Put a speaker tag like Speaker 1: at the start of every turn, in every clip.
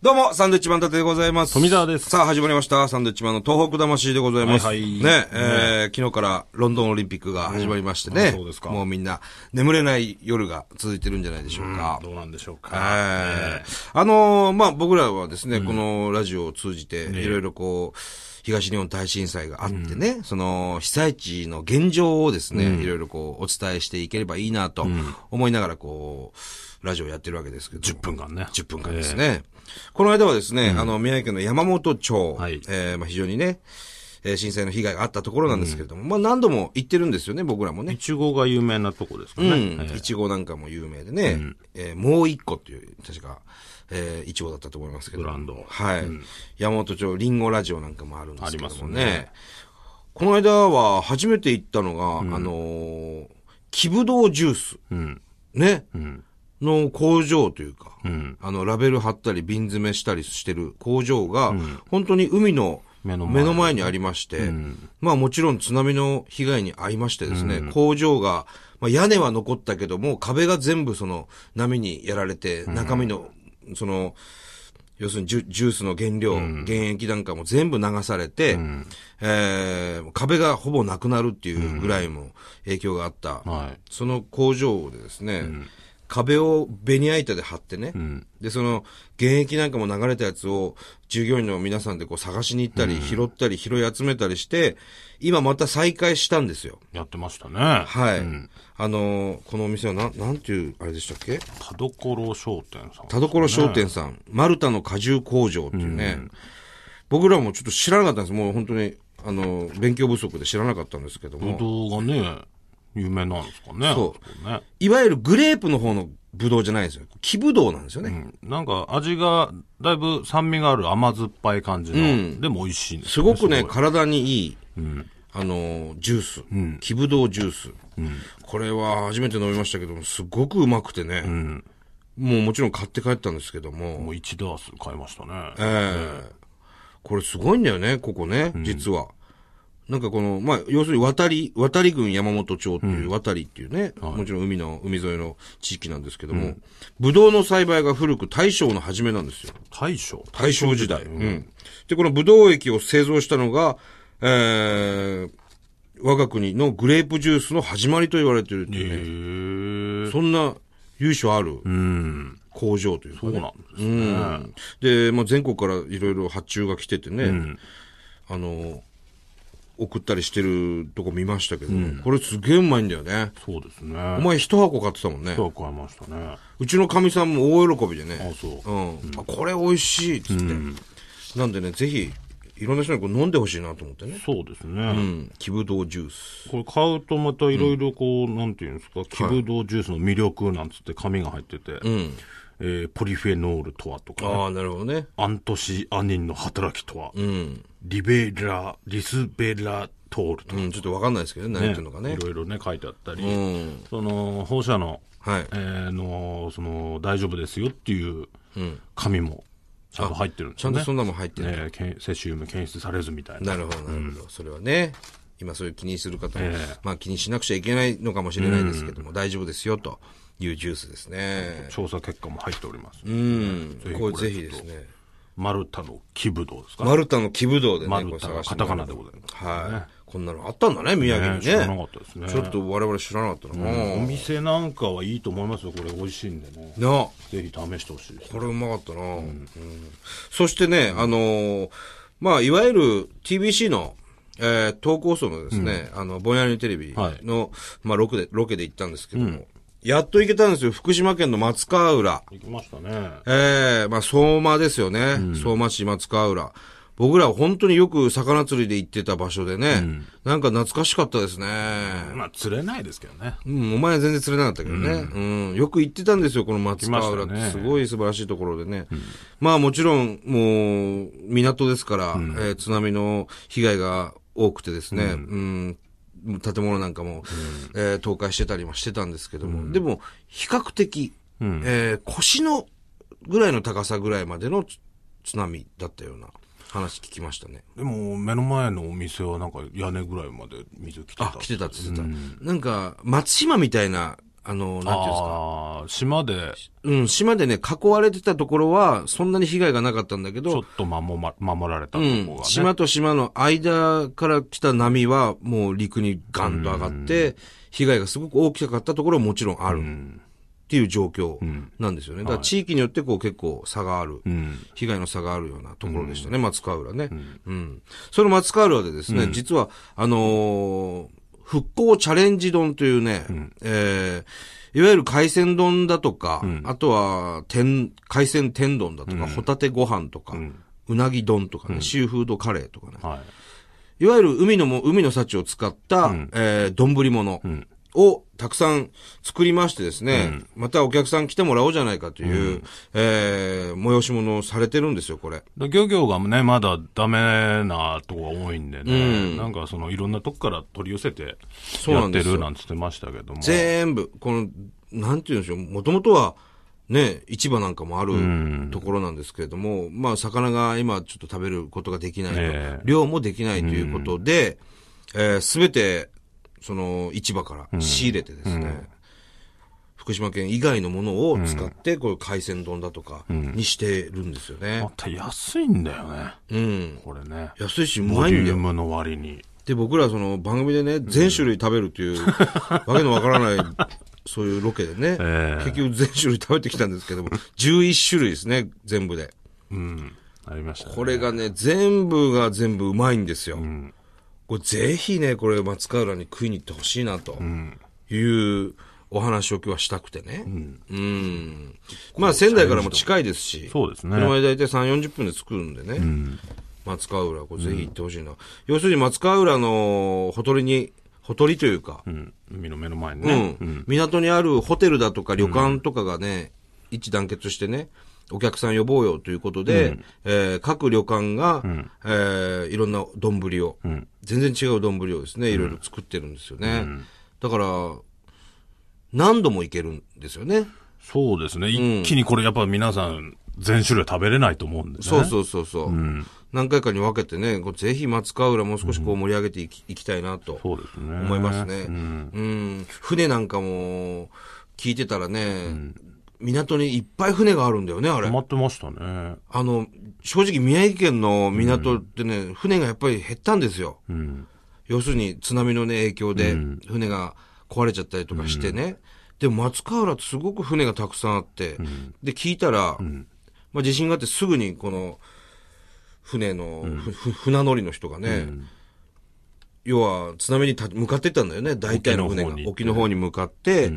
Speaker 1: どうも、サンドイッチマン伊達でございます。
Speaker 2: 富澤です
Speaker 1: さあ、始まりました。サンドイッチマンの東北魂でございます。
Speaker 2: はいはい
Speaker 1: ね、えー昨日からロンドンオリンピックが始まりましてね。
Speaker 2: うんそうですか
Speaker 1: もうみんな、眠れない夜が続いてるんじゃないでしょうか。
Speaker 2: どうなんでしょうか。
Speaker 1: はい
Speaker 2: ね
Speaker 1: あのーまあ、僕らはですね、このラジオを通じて、いろいろこう、東日本大震災があってね、その被災地の現状をですね、いろいろこう、お伝えしていければいいなと思いながらこう、ラジオやってるわけですけど。
Speaker 2: 10分間ね。
Speaker 1: 10分間ですね。この間はですね、あの、宮城県の山本町、
Speaker 2: はい
Speaker 1: えーまあ、非常にね、えー震災の被害があったところなんですけれども、まあ何度も行ってるんですよね、僕らも
Speaker 2: えー。
Speaker 1: ね
Speaker 2: い。ちごが有名なとこですか
Speaker 1: う
Speaker 2: ね。
Speaker 1: ん
Speaker 2: え。ー
Speaker 1: いちごなんかも有名でね、えーもう一個っていう、確か、えー、いちごだったと思いますけど。
Speaker 2: ブランド
Speaker 1: はい。山本町リンゴラジオなんかもあるんですけども
Speaker 2: あります
Speaker 1: ね。
Speaker 2: ね
Speaker 1: この間は初めて行ったのが、あのー、木ぶどうジュース。
Speaker 2: うん。
Speaker 1: ね。
Speaker 2: うん。
Speaker 1: の工場というか、
Speaker 2: うん。
Speaker 1: あの、ラベル貼ったり、瓶詰めしたりしてる工場が、本当に海の目
Speaker 2: 目
Speaker 1: の
Speaker 2: の
Speaker 1: 前
Speaker 2: 前
Speaker 1: にありまして、まあもちろん津波の被害に遭いましてですね、工場が、まあ屋根は残ったけども、壁が全部その波にやられて、中身の、その、要するにジュジュースの原料、原液なんかも全部流されて、えー壁がほぼなくなるっていうぐらいも影響があった、
Speaker 2: はい。
Speaker 1: その工場でですね、壁をベニヤ板で貼ってね、
Speaker 2: ん
Speaker 1: で、その、原液なんかも流れたやつを、従業員の皆さんでこう探しに行ったり、拾ったり、拾い集めたりして、今また再開したんですよ。
Speaker 2: やってましたね。は
Speaker 1: はい。あのーこのお店はなん、なんていう、あれでしたっけ
Speaker 2: 田所商店さん。
Speaker 1: 田所商店さん、マルタの果汁工場っていうね、僕らもちょっと知らなかったんです。もう本当に、あのー、勉強不足で知らなかったんですけど
Speaker 2: ぶ
Speaker 1: も、
Speaker 2: どうがね、有名なんですかね。。
Speaker 1: そう
Speaker 2: ね。
Speaker 1: いわゆるグレープの方のブドウじゃないんですよ。木ブドウなんですよね。
Speaker 2: うん。なんか味が、だいぶ酸味がある甘酸っぱい感じの。でも美味しいんです
Speaker 1: す
Speaker 2: よ
Speaker 1: ごくね、
Speaker 2: すごい
Speaker 1: 体にいい、あのー、ジュース、木ぶどうジュース、これは初めて飲みましたけども、すごくうまくてね、もうもちろん買って帰ったんですけども、
Speaker 2: もう1ダース買いましたね。
Speaker 1: ええこれすごいんだよね、ここね、実は。なんかこの、まあ、要するに渡り、渡り郡山本町っていう渡りっていうね、もちろん海の、海沿いの地域なんですけども、ぶどうの栽培が古く大正の初めなんですよ。
Speaker 2: 大将。
Speaker 1: 大正時代。うん。で、このブドウ液を製造したのが、えー、我が国のグレープジュースの始まりと言われてるって
Speaker 2: へ
Speaker 1: いうね、
Speaker 2: ー。
Speaker 1: そんな由緒ある
Speaker 2: うん。
Speaker 1: 工場というか
Speaker 2: そう
Speaker 1: ね。
Speaker 2: なんですね。
Speaker 1: で、まあ、全国からいろいろ発注が来ててね、あの、送ったりしてるとこ見ましたけど、これすげえうまいんだよね。
Speaker 2: そうですね。
Speaker 1: お前一箱買ってたもんね。
Speaker 2: 今日買いましたね。
Speaker 1: うちのかみさんも大喜びでね。
Speaker 2: あそう
Speaker 1: うん。あこれ美味しいっつって。なんでね、ぜひ、いろんな人にこう飲んでほしいなと思ってね。
Speaker 2: そうですね。
Speaker 1: うん。木ぶどうジュース。
Speaker 2: これ買うとまたいろいろこう、なんていうんですか、木ぶどうジュースの魅力なんつって紙が入ってて、えーポリフェノールとはとかね、
Speaker 1: ああ、なるほどね。
Speaker 2: アントシアニンの働きとは、
Speaker 1: うん。
Speaker 2: リベラ、リスベラトールと
Speaker 1: う
Speaker 2: か、
Speaker 1: ん、ちょっとわかんないですけどね、何言ってるのかね
Speaker 2: い。ろいろね、書いてあったり、
Speaker 1: うん。
Speaker 2: その、放射の、
Speaker 1: はい
Speaker 2: え。ーの、その、大丈夫ですよっていう紙もちゃんと入ってるんで
Speaker 1: ち
Speaker 2: す
Speaker 1: ゃ
Speaker 2: よ
Speaker 1: んと
Speaker 2: ね。
Speaker 1: そんなもん入ってる。
Speaker 2: えーけんセシウム検出されずみたい
Speaker 1: な
Speaker 2: な。
Speaker 1: るほど、なるほど。それはね、今そういう気にする方も、
Speaker 2: ええ
Speaker 1: まあ気にしなくちゃいけないのかもしれないですけども、大丈夫ですよというジュースですね。
Speaker 2: 調査結果も入っております。
Speaker 1: うん
Speaker 2: ぜ。ひ
Speaker 1: これ
Speaker 2: こ
Speaker 1: ぜ
Speaker 2: れ
Speaker 1: ひですね。
Speaker 2: マルタの木ぶどうですか
Speaker 1: マルタの木ぶどうでね、
Speaker 2: マ
Speaker 1: これ
Speaker 2: ルタ
Speaker 1: 探
Speaker 2: が
Speaker 1: して
Speaker 2: カ
Speaker 1: も
Speaker 2: タ
Speaker 1: ら
Speaker 2: カ
Speaker 1: えば
Speaker 2: ナでございます。
Speaker 1: はい。こんなのあったんだね、宮城に
Speaker 2: ね知らなか
Speaker 1: ね
Speaker 2: っ。たですね。
Speaker 1: ちょっと我々知らなかったな。
Speaker 2: お
Speaker 1: な
Speaker 2: 店なんかはいいと思いますよ。これ美味しいんでね。
Speaker 1: あ
Speaker 2: ぜひ試してほしいです。
Speaker 1: これうまかったな、うんそしてね、あのーまあ、いわゆる TBC の、えー、投稿層のですね、あの、ぼんやりテレビの、
Speaker 2: はい
Speaker 1: まあ、ロケで、ロケで行ったんですけども、やっと行けたんですよ、福島県の松川浦。
Speaker 2: 行きましたね。
Speaker 1: ええまあ、相馬ですよね。相馬市松川浦。僕らは本当によく魚釣りで行ってた場所でね、なんか懐かしかったですね。
Speaker 2: まあ、釣れないですけどね。
Speaker 1: うん、お前は全然釣れなかったけどね。うん、よく行ってたんですよ、この松川浦っ
Speaker 2: 行きま
Speaker 1: て。
Speaker 2: し
Speaker 1: す
Speaker 2: たね
Speaker 1: ごい素晴らしいところでね。まあもちろん、もう、港ですから、えー津波の被害が多くてですね、うん、建物なんかも、えー倒壊してたりもしてたんですけども、でも、比較的、えー腰のぐらいの高さぐらいまでのつ津波だったような話聞きましたね。
Speaker 2: でも、目の前のお店はなんか屋根ぐらいまで水来てた
Speaker 1: あ、。来てたって言ってた。なんか、松島みたいな、あの、なんていうんですか。
Speaker 2: ああ、島で、
Speaker 1: うん、島でね、囲われてたところは、そんなに被害がなかったんだけ
Speaker 2: ちょ
Speaker 1: ど
Speaker 2: っ、と守,、ま、守られたとこ
Speaker 1: う
Speaker 2: が
Speaker 1: ん
Speaker 2: ね。、
Speaker 1: 島と島の間から来た波は、もう陸にガンと上がって、被害がすごく大きかったところはもちろんある。っていう状況なんですよね。だから地域によってこう結構差がある。
Speaker 2: うん。
Speaker 1: 被害の差があるようなところでしたね、松川浦ね。うん。その松川浦でですね、実は、あのー復興チャレンジ丼というね、えーいわゆる海鮮丼だとか、あとは、天、海鮮天丼だとか、ホタテご飯とか、うなぎ丼とかね、シーフードカレーとかね、
Speaker 2: はい。
Speaker 1: いわゆる海のも、海の幸を使った、えー、丼物をたくさん作りましてですね、またお客さん来てもらおうじゃないかという、えー催し物をされてるんですよ、これ。
Speaker 2: で漁業がね、まだダメなとこが多いんでね、
Speaker 1: うん
Speaker 2: なんかそのいろんなとこから取り寄せて
Speaker 1: そう
Speaker 2: や
Speaker 1: な
Speaker 2: っ
Speaker 1: ん
Speaker 2: て
Speaker 1: ですよ
Speaker 2: るなんつってましたけども。
Speaker 1: 全部、この、なんて言うんでしょう、もともとは、ね、市場なんかもあ
Speaker 2: ん
Speaker 1: るところなんですけれども、まあ、魚が今ちょっと食べることができないと、
Speaker 2: ええ
Speaker 1: 漁もできないということで、す、えー、べ、て、その、市場から仕入れてですね、福島県以外のものを使って、こういう海鮮丼だとかにしてるんですよ
Speaker 2: ま
Speaker 1: ね。
Speaker 2: た安いんだよね、
Speaker 1: うん。
Speaker 2: これね。
Speaker 1: 安いし、う
Speaker 2: ボ
Speaker 1: まい
Speaker 2: リ
Speaker 1: ん
Speaker 2: ュ
Speaker 1: だ
Speaker 2: ー
Speaker 1: よ。
Speaker 2: ムの割に。
Speaker 1: で、僕らその番組でね、全種類食べると いう、わけのわからない、そういうロケでね、
Speaker 2: ええ
Speaker 1: 結局全種類食べてきたんですけども、11種類ですね、全部で。
Speaker 2: うん。ありました、ね。
Speaker 1: これがね、全部が全部うまいんですよ。
Speaker 2: ん
Speaker 1: これぜひね、これ松川浦に食いに行ってほしいなというお話を今日はしたくてね。うん。まあ仙台からも近いですし、
Speaker 2: そうですね
Speaker 1: 車で大体3、40分で着くんでね。松川浦、これぜひ行ってほしいな。要するに松川浦のほとりに、ほとりというか、
Speaker 2: うん。海の目の前に
Speaker 1: う
Speaker 2: ね。
Speaker 1: ん。港にあるホテルだとか旅館とかがね、一致団結してね、お客さん呼ぼうよということで、えー各旅館が、えーいろんな丼を、全然違う丼をですね、いろいろ作ってるんですよね。だから、何度も行けるんですよね。
Speaker 2: そうですね。一気にこれやっぱ皆さん全種類食べれないと思うんでね。
Speaker 1: そうそうそうそう。何回かに分けてね、こうぜひ松川浦もう少しこう盛り上げていき,、いきたいなと。
Speaker 2: そうですね。
Speaker 1: 思いますね。う
Speaker 2: うん
Speaker 1: ん。船なんかも、聞いてたらね、港にいっぱい船があるんだよね、あれ
Speaker 2: 止。まってましたね。
Speaker 1: あの、正直宮城県の港ってね、船がやっぱり減ったんですよ。
Speaker 2: うん。
Speaker 1: 要するに津波のね、影響で、船が壊れちゃったりとかしてね。でも松川浦ってすごく船がたくさんあって、で、聞いたら、まあ地震があってすぐにこの、船の、ふふ船乗りの人がね、要は津波にた向かっていったんだよね、大体の船が
Speaker 2: 沖の方に。行って
Speaker 1: 沖の方に向かって、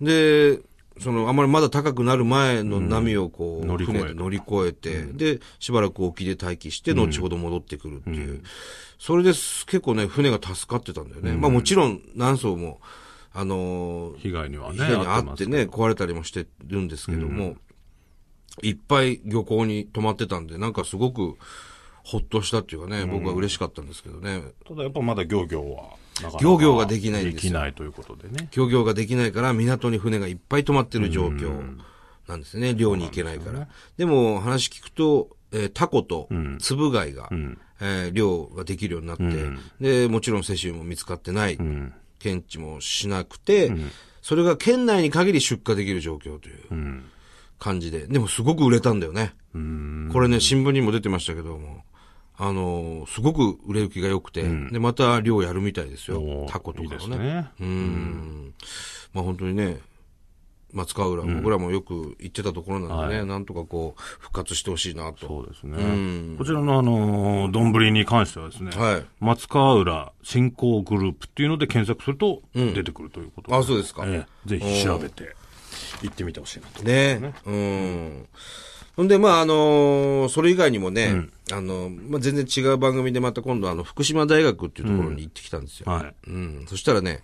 Speaker 1: で、その、あまりまだ高くなる前の波をこう、
Speaker 2: 乗り越え
Speaker 1: 船で乗り越えて、で、しばらく沖で待機して、後ほど戻ってくるっていう。それです、結構ね、船が助かってたんだよね。まあもちろん、何艘も、あのー
Speaker 2: 被害にはね。
Speaker 1: 被害に
Speaker 2: 遭
Speaker 1: あ
Speaker 2: ま
Speaker 1: っ
Speaker 2: す
Speaker 1: てね、壊れたりもしてるんですけども、いっぱい漁港に泊まってたんで、なんかすごく、ほっとしたっていうかね、僕は嬉しかったんですけどね。
Speaker 2: ただやっぱまだ漁業はなかなか
Speaker 1: 漁業ができないんですよ
Speaker 2: できないということでね。
Speaker 1: 漁業ができないから港に船がいっぱい止まってる状況なんですね。漁に行けないから。でも話聞くと、えータコとつぶ貝が、えー漁ができるようになって、で、もちろん世襲も見つかってない、検知もしなくて、それが県内に限り出荷できる状況という感じで。でもすごく売れたんだよね。これね、新聞にも出てましたけども、あのーすごく売れ行きが良くて、で、また漁やるみたいですよ
Speaker 2: お。ー
Speaker 1: タコとかを
Speaker 2: いいですね。
Speaker 1: うんまあ本当にね、松川浦、僕らもよく行ってたところなんでね、なんとかこう、復活してほしいなと。
Speaker 2: そうですね。こちらのあのー、丼に関してはですね、
Speaker 1: はい
Speaker 2: 松川浦振興グループっていうので検索すると出てくるということで、
Speaker 1: あ、そうですか。ね
Speaker 2: ええぜひ調べて行ってみてほしいなと。
Speaker 1: うん。ほんで、まあ、あのーそれ以外にもね、あのーまあ、全然違う番組でまた今度、あの、福島大学っていうところに行ってきたんですよ。
Speaker 2: はい。
Speaker 1: うん。そしたらね、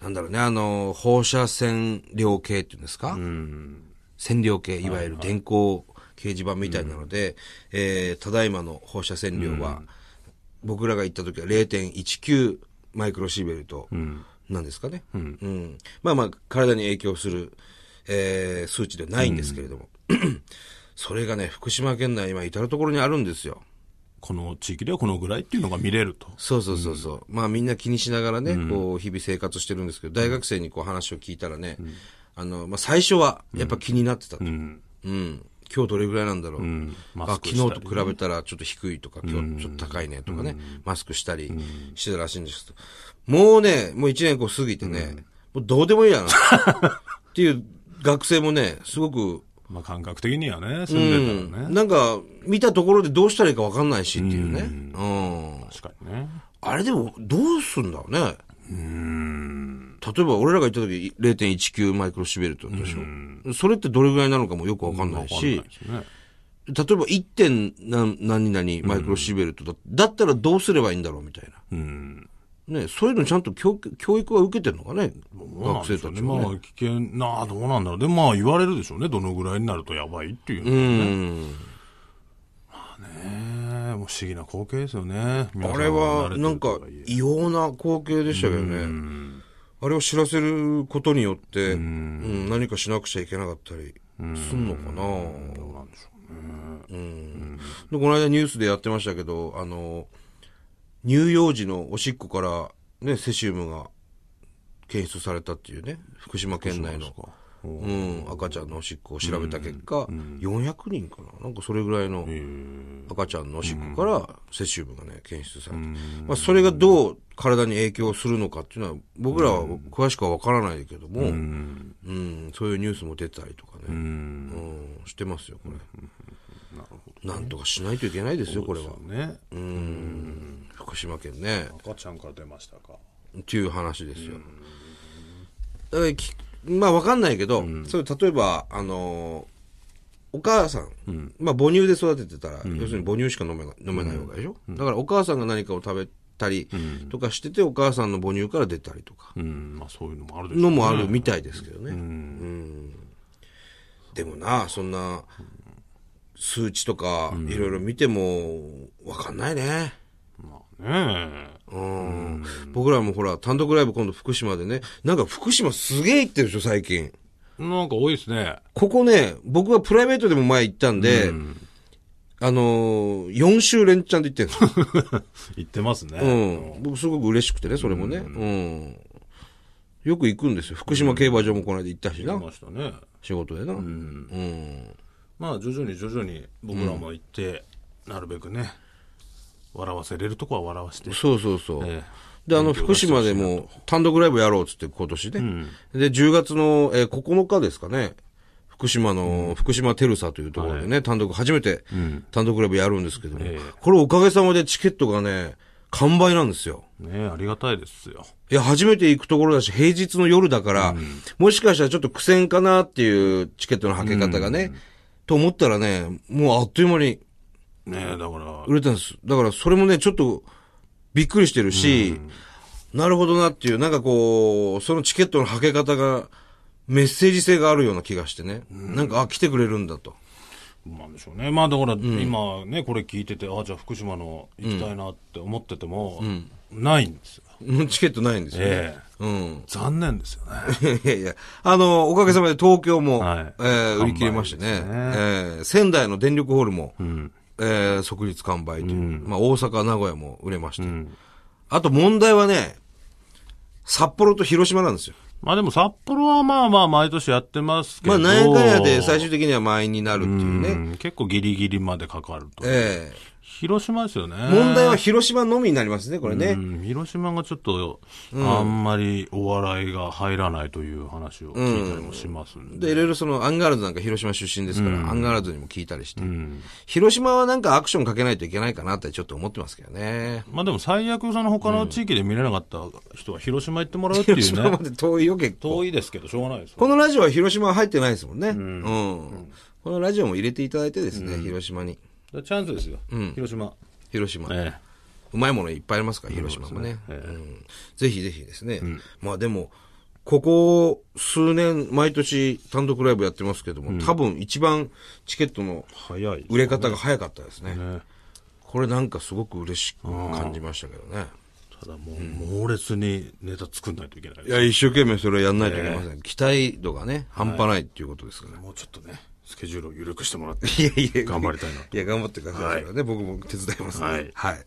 Speaker 1: なんだろうね、あのー放射線量計っていうんですか、線量計、いわゆる電光掲示板みたいなので、えーただいまの放射線量は、僕らが行った時は0.19マイクロシーベルトなんですかね。うんまあまあ、体に影響する、えー数値で はないんですけれども、それがね、福島県内、今、至る所にあるんですよ。
Speaker 2: この地域ではこのぐらいっていうのが見れると。
Speaker 1: そうそうそうそう、まあみんな気にしながらね、こう日々生活してるんですけど、大学生にこう話を聞いたらね、あの、まあ最初はやっぱ気になってたと。うん。今日どれぐらいなんだろう、
Speaker 2: マ
Speaker 1: あ
Speaker 2: ス
Speaker 1: 昨
Speaker 2: クしたりね
Speaker 1: 日と比べたらちょっと低いとか、今日ちょっと高いねとかね、マスクしたりしてたらしいんですけど、もうね、もう1年こう過ぎてね、もうどうでもいいやな っていう学生もね、すごく
Speaker 2: まあ感覚的にはね、住んでたらね。
Speaker 1: なんか、見たところでどうしたらいいか分かんないしっていうね。うん。
Speaker 2: 確かにね。
Speaker 1: あれでも、どうすんだろうね。例えば、俺らが行った時、0.19マイクロシベルトでしょ。それってどれぐらいなのかもよく分かんないし、
Speaker 2: ね。
Speaker 1: 例えば 1. 点何何々マイクロシベルトだ,、だったらどうすればいいんだろうみたい
Speaker 2: うん。
Speaker 1: な。ね、そういうのちゃんと教教育は受けてるのかね、学生たち
Speaker 2: ま
Speaker 1: は、ね。
Speaker 2: あ危険なあ、どうなんだろう。でもまあ言われるでしょうね。どのぐらいになるとやばいっていうの
Speaker 1: う
Speaker 2: ね。
Speaker 1: ん。
Speaker 2: もう不思議な光景ですよね。皆
Speaker 1: あ
Speaker 2: さ
Speaker 1: れ
Speaker 2: 慣
Speaker 1: は、
Speaker 2: てる
Speaker 1: なんか
Speaker 2: とはいえ、
Speaker 1: 異様な光景でしたけどね。あれを知らせることによって、うん何かしなくちゃいけなかったり、すんのかな
Speaker 2: どうなんでしょうね。
Speaker 1: で、この間ニュースでやってましたけど、あの、乳幼児のおしっこから、ね、セシウムが検出されたっていうね、福島県内の、うん、赤ちゃんのおしっこを調べた結果、400人かななんかそれぐらいの赤ちゃんのおしっこからセシウムがね、検出された。まあ、それがどう体に影響するのかっていうのは、僕らは詳しくはわからないけども、うん、そういうニュースも出たりとかね、うん、してますよ、これ。なんとかしないといけないですよ、これは。
Speaker 2: そうね。
Speaker 1: 福島県ね。
Speaker 2: 赤ちゃんから出ましたか。
Speaker 1: っていう話ですよ。だからきまあわかんないけど、それ例えば、あのーお母さん、まあ母乳で育ててたら、要するに母乳しか飲めな飲めないわけでしょ、だからお母さんが何かを食べたりとかしてて、お母さんの母乳から出たりとか、
Speaker 2: うん。まあそういうのもあるでしょうね
Speaker 1: のもあるみたいですけどね。うんでもな、そんな、数値とか、いろいろ見ても、わかんないね。
Speaker 2: まあね
Speaker 1: うん僕らもほら、単独ライブ今度福島でね、なんか福島すげえ行ってるでしょ、最近。
Speaker 2: なんか多いですね。
Speaker 1: ここね、僕はプライベートでも前行ったんで、あのー、4週連チャンで行ってるんですよ。
Speaker 2: 言ってますね。
Speaker 1: うん。僕すごく嬉しくてね、それもね。うん。よく行くんですよ。福島競馬場もこの間行ったし
Speaker 2: 言
Speaker 1: な
Speaker 2: って。ましたね。
Speaker 1: 仕事でな。う。
Speaker 2: うんん。まあ徐々に徐々に僕らも行って、なるべくね、笑わせれるとこは笑わせて。
Speaker 1: そうそうそう。
Speaker 2: え
Speaker 1: で、あの、福島でも単独ライブやろうっつって今年ね。で、10月の、えー9日ですかね。福島の、福島テルサというところでね、単独、初めて単独ライブやるんですけども、
Speaker 2: ええ
Speaker 1: これおかげさまでチケットがね、完売なんですよ。
Speaker 2: えねえありがたいですよ。
Speaker 1: いや、初めて行くところだし、平日の夜だから、もしかしたらちょっと苦戦かなっていうチケットの履け方がね、と思ったらね、もうあっという間に
Speaker 2: ねえだから、
Speaker 1: 売れたんです。だからそれもね、ちょっとびっくりしてるし、なるほどなっていう、なんかこう、そのチケットの履け方が、メッセージ性があるような気がしてね。なんか、あ、来てくれるんだと。
Speaker 2: なんでしょうね。まあだから、今ね、これ聞いてて、ああ、じゃあ福島の行きたいなって思ってても、ないんですよ。
Speaker 1: もうチケットないんですよね。
Speaker 2: ええ
Speaker 1: うん。
Speaker 2: 残念ですよね。
Speaker 1: いやいや、あの、おかげさまで東京も、
Speaker 2: はい
Speaker 1: えー売り切れましてね。
Speaker 2: 完売
Speaker 1: えー仙台の電力ホールも、えー即日完売という。まあ、大阪、名古屋も売れました。あと問題はね、札幌と広島なんですよ。
Speaker 2: まあでも札幌はまあまあ毎年やってますけ
Speaker 1: まあ、
Speaker 2: ど。
Speaker 1: なんやかんやで最終的には満員になるっていうね。
Speaker 2: うん結構ギリギリまでかかると。
Speaker 1: え
Speaker 2: 広島ですよね。
Speaker 1: え問題は広島のみになりますね、これね。
Speaker 2: うん広島がちょっと、あんまりお笑いが入らないという話を聞いたりもしますんで。
Speaker 1: で、いろいろその、アンガールズなんか広島出身ですから、アンガールズにも聞いたりして、広島はなんかアクションかけないといけないかなってちょっと思ってますけどね。
Speaker 2: まあでも最悪その他の地域で見れなかった人は広島行ってもらうっていう
Speaker 1: 広島
Speaker 2: ね
Speaker 1: ま。で遠いよ、結構。
Speaker 2: 遠いですけど、しょうがないですよ。
Speaker 1: このラジオは広島は入ってないですもんね。うん。このラジオも入れていただいてですね、広島に。
Speaker 2: だからチャンスですよ。広島。
Speaker 1: 広島。
Speaker 2: え
Speaker 1: うまいものいっぱいありますから、広島もね。うんぜひぜひですね。まあでも、ここ数年、毎年単独ライブやってますけども、多分一番チケットの
Speaker 2: え。早い。
Speaker 1: 売れ方が早かったですね。
Speaker 2: ね
Speaker 1: これなんかすごく嬉しく感じましたけどね。
Speaker 2: ただもう、猛烈にネタ作んないといけない
Speaker 1: い。や、一生懸命それをやんないといけません。期待度がね、半端ないっていうことですから。
Speaker 2: もうちょっとね、スケジュールを緩くしてもらって、
Speaker 1: いやいや、
Speaker 2: 頑張りたいなと
Speaker 1: いや、頑張ってください。それはね、僕も手伝いますので
Speaker 2: はい
Speaker 1: はい。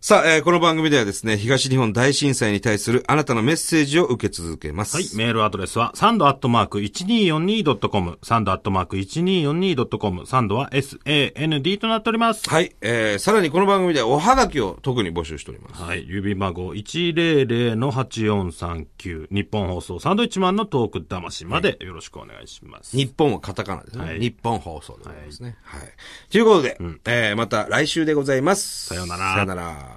Speaker 1: さあ、えーこの番組ではですね、東日本大震災に対するあなたのメッセージを受け続けます。
Speaker 2: はい。メールアドレスは、サンドアットマーク 1242.com、サンドアットマーク 1242.com、サンドは SAND となっております。
Speaker 1: はい。えー、さらにこの番組ではおはがきを特に募集しております。
Speaker 2: はい。郵便番号100-8439、日本放送サンドイッチマンのトーク魂までよろしくお願いします。
Speaker 1: 日本はカタカナですね。
Speaker 2: はい
Speaker 1: 日本放送でございますね。はい。ということで、えーまた来週でございます。
Speaker 2: さようなら
Speaker 1: さようなら。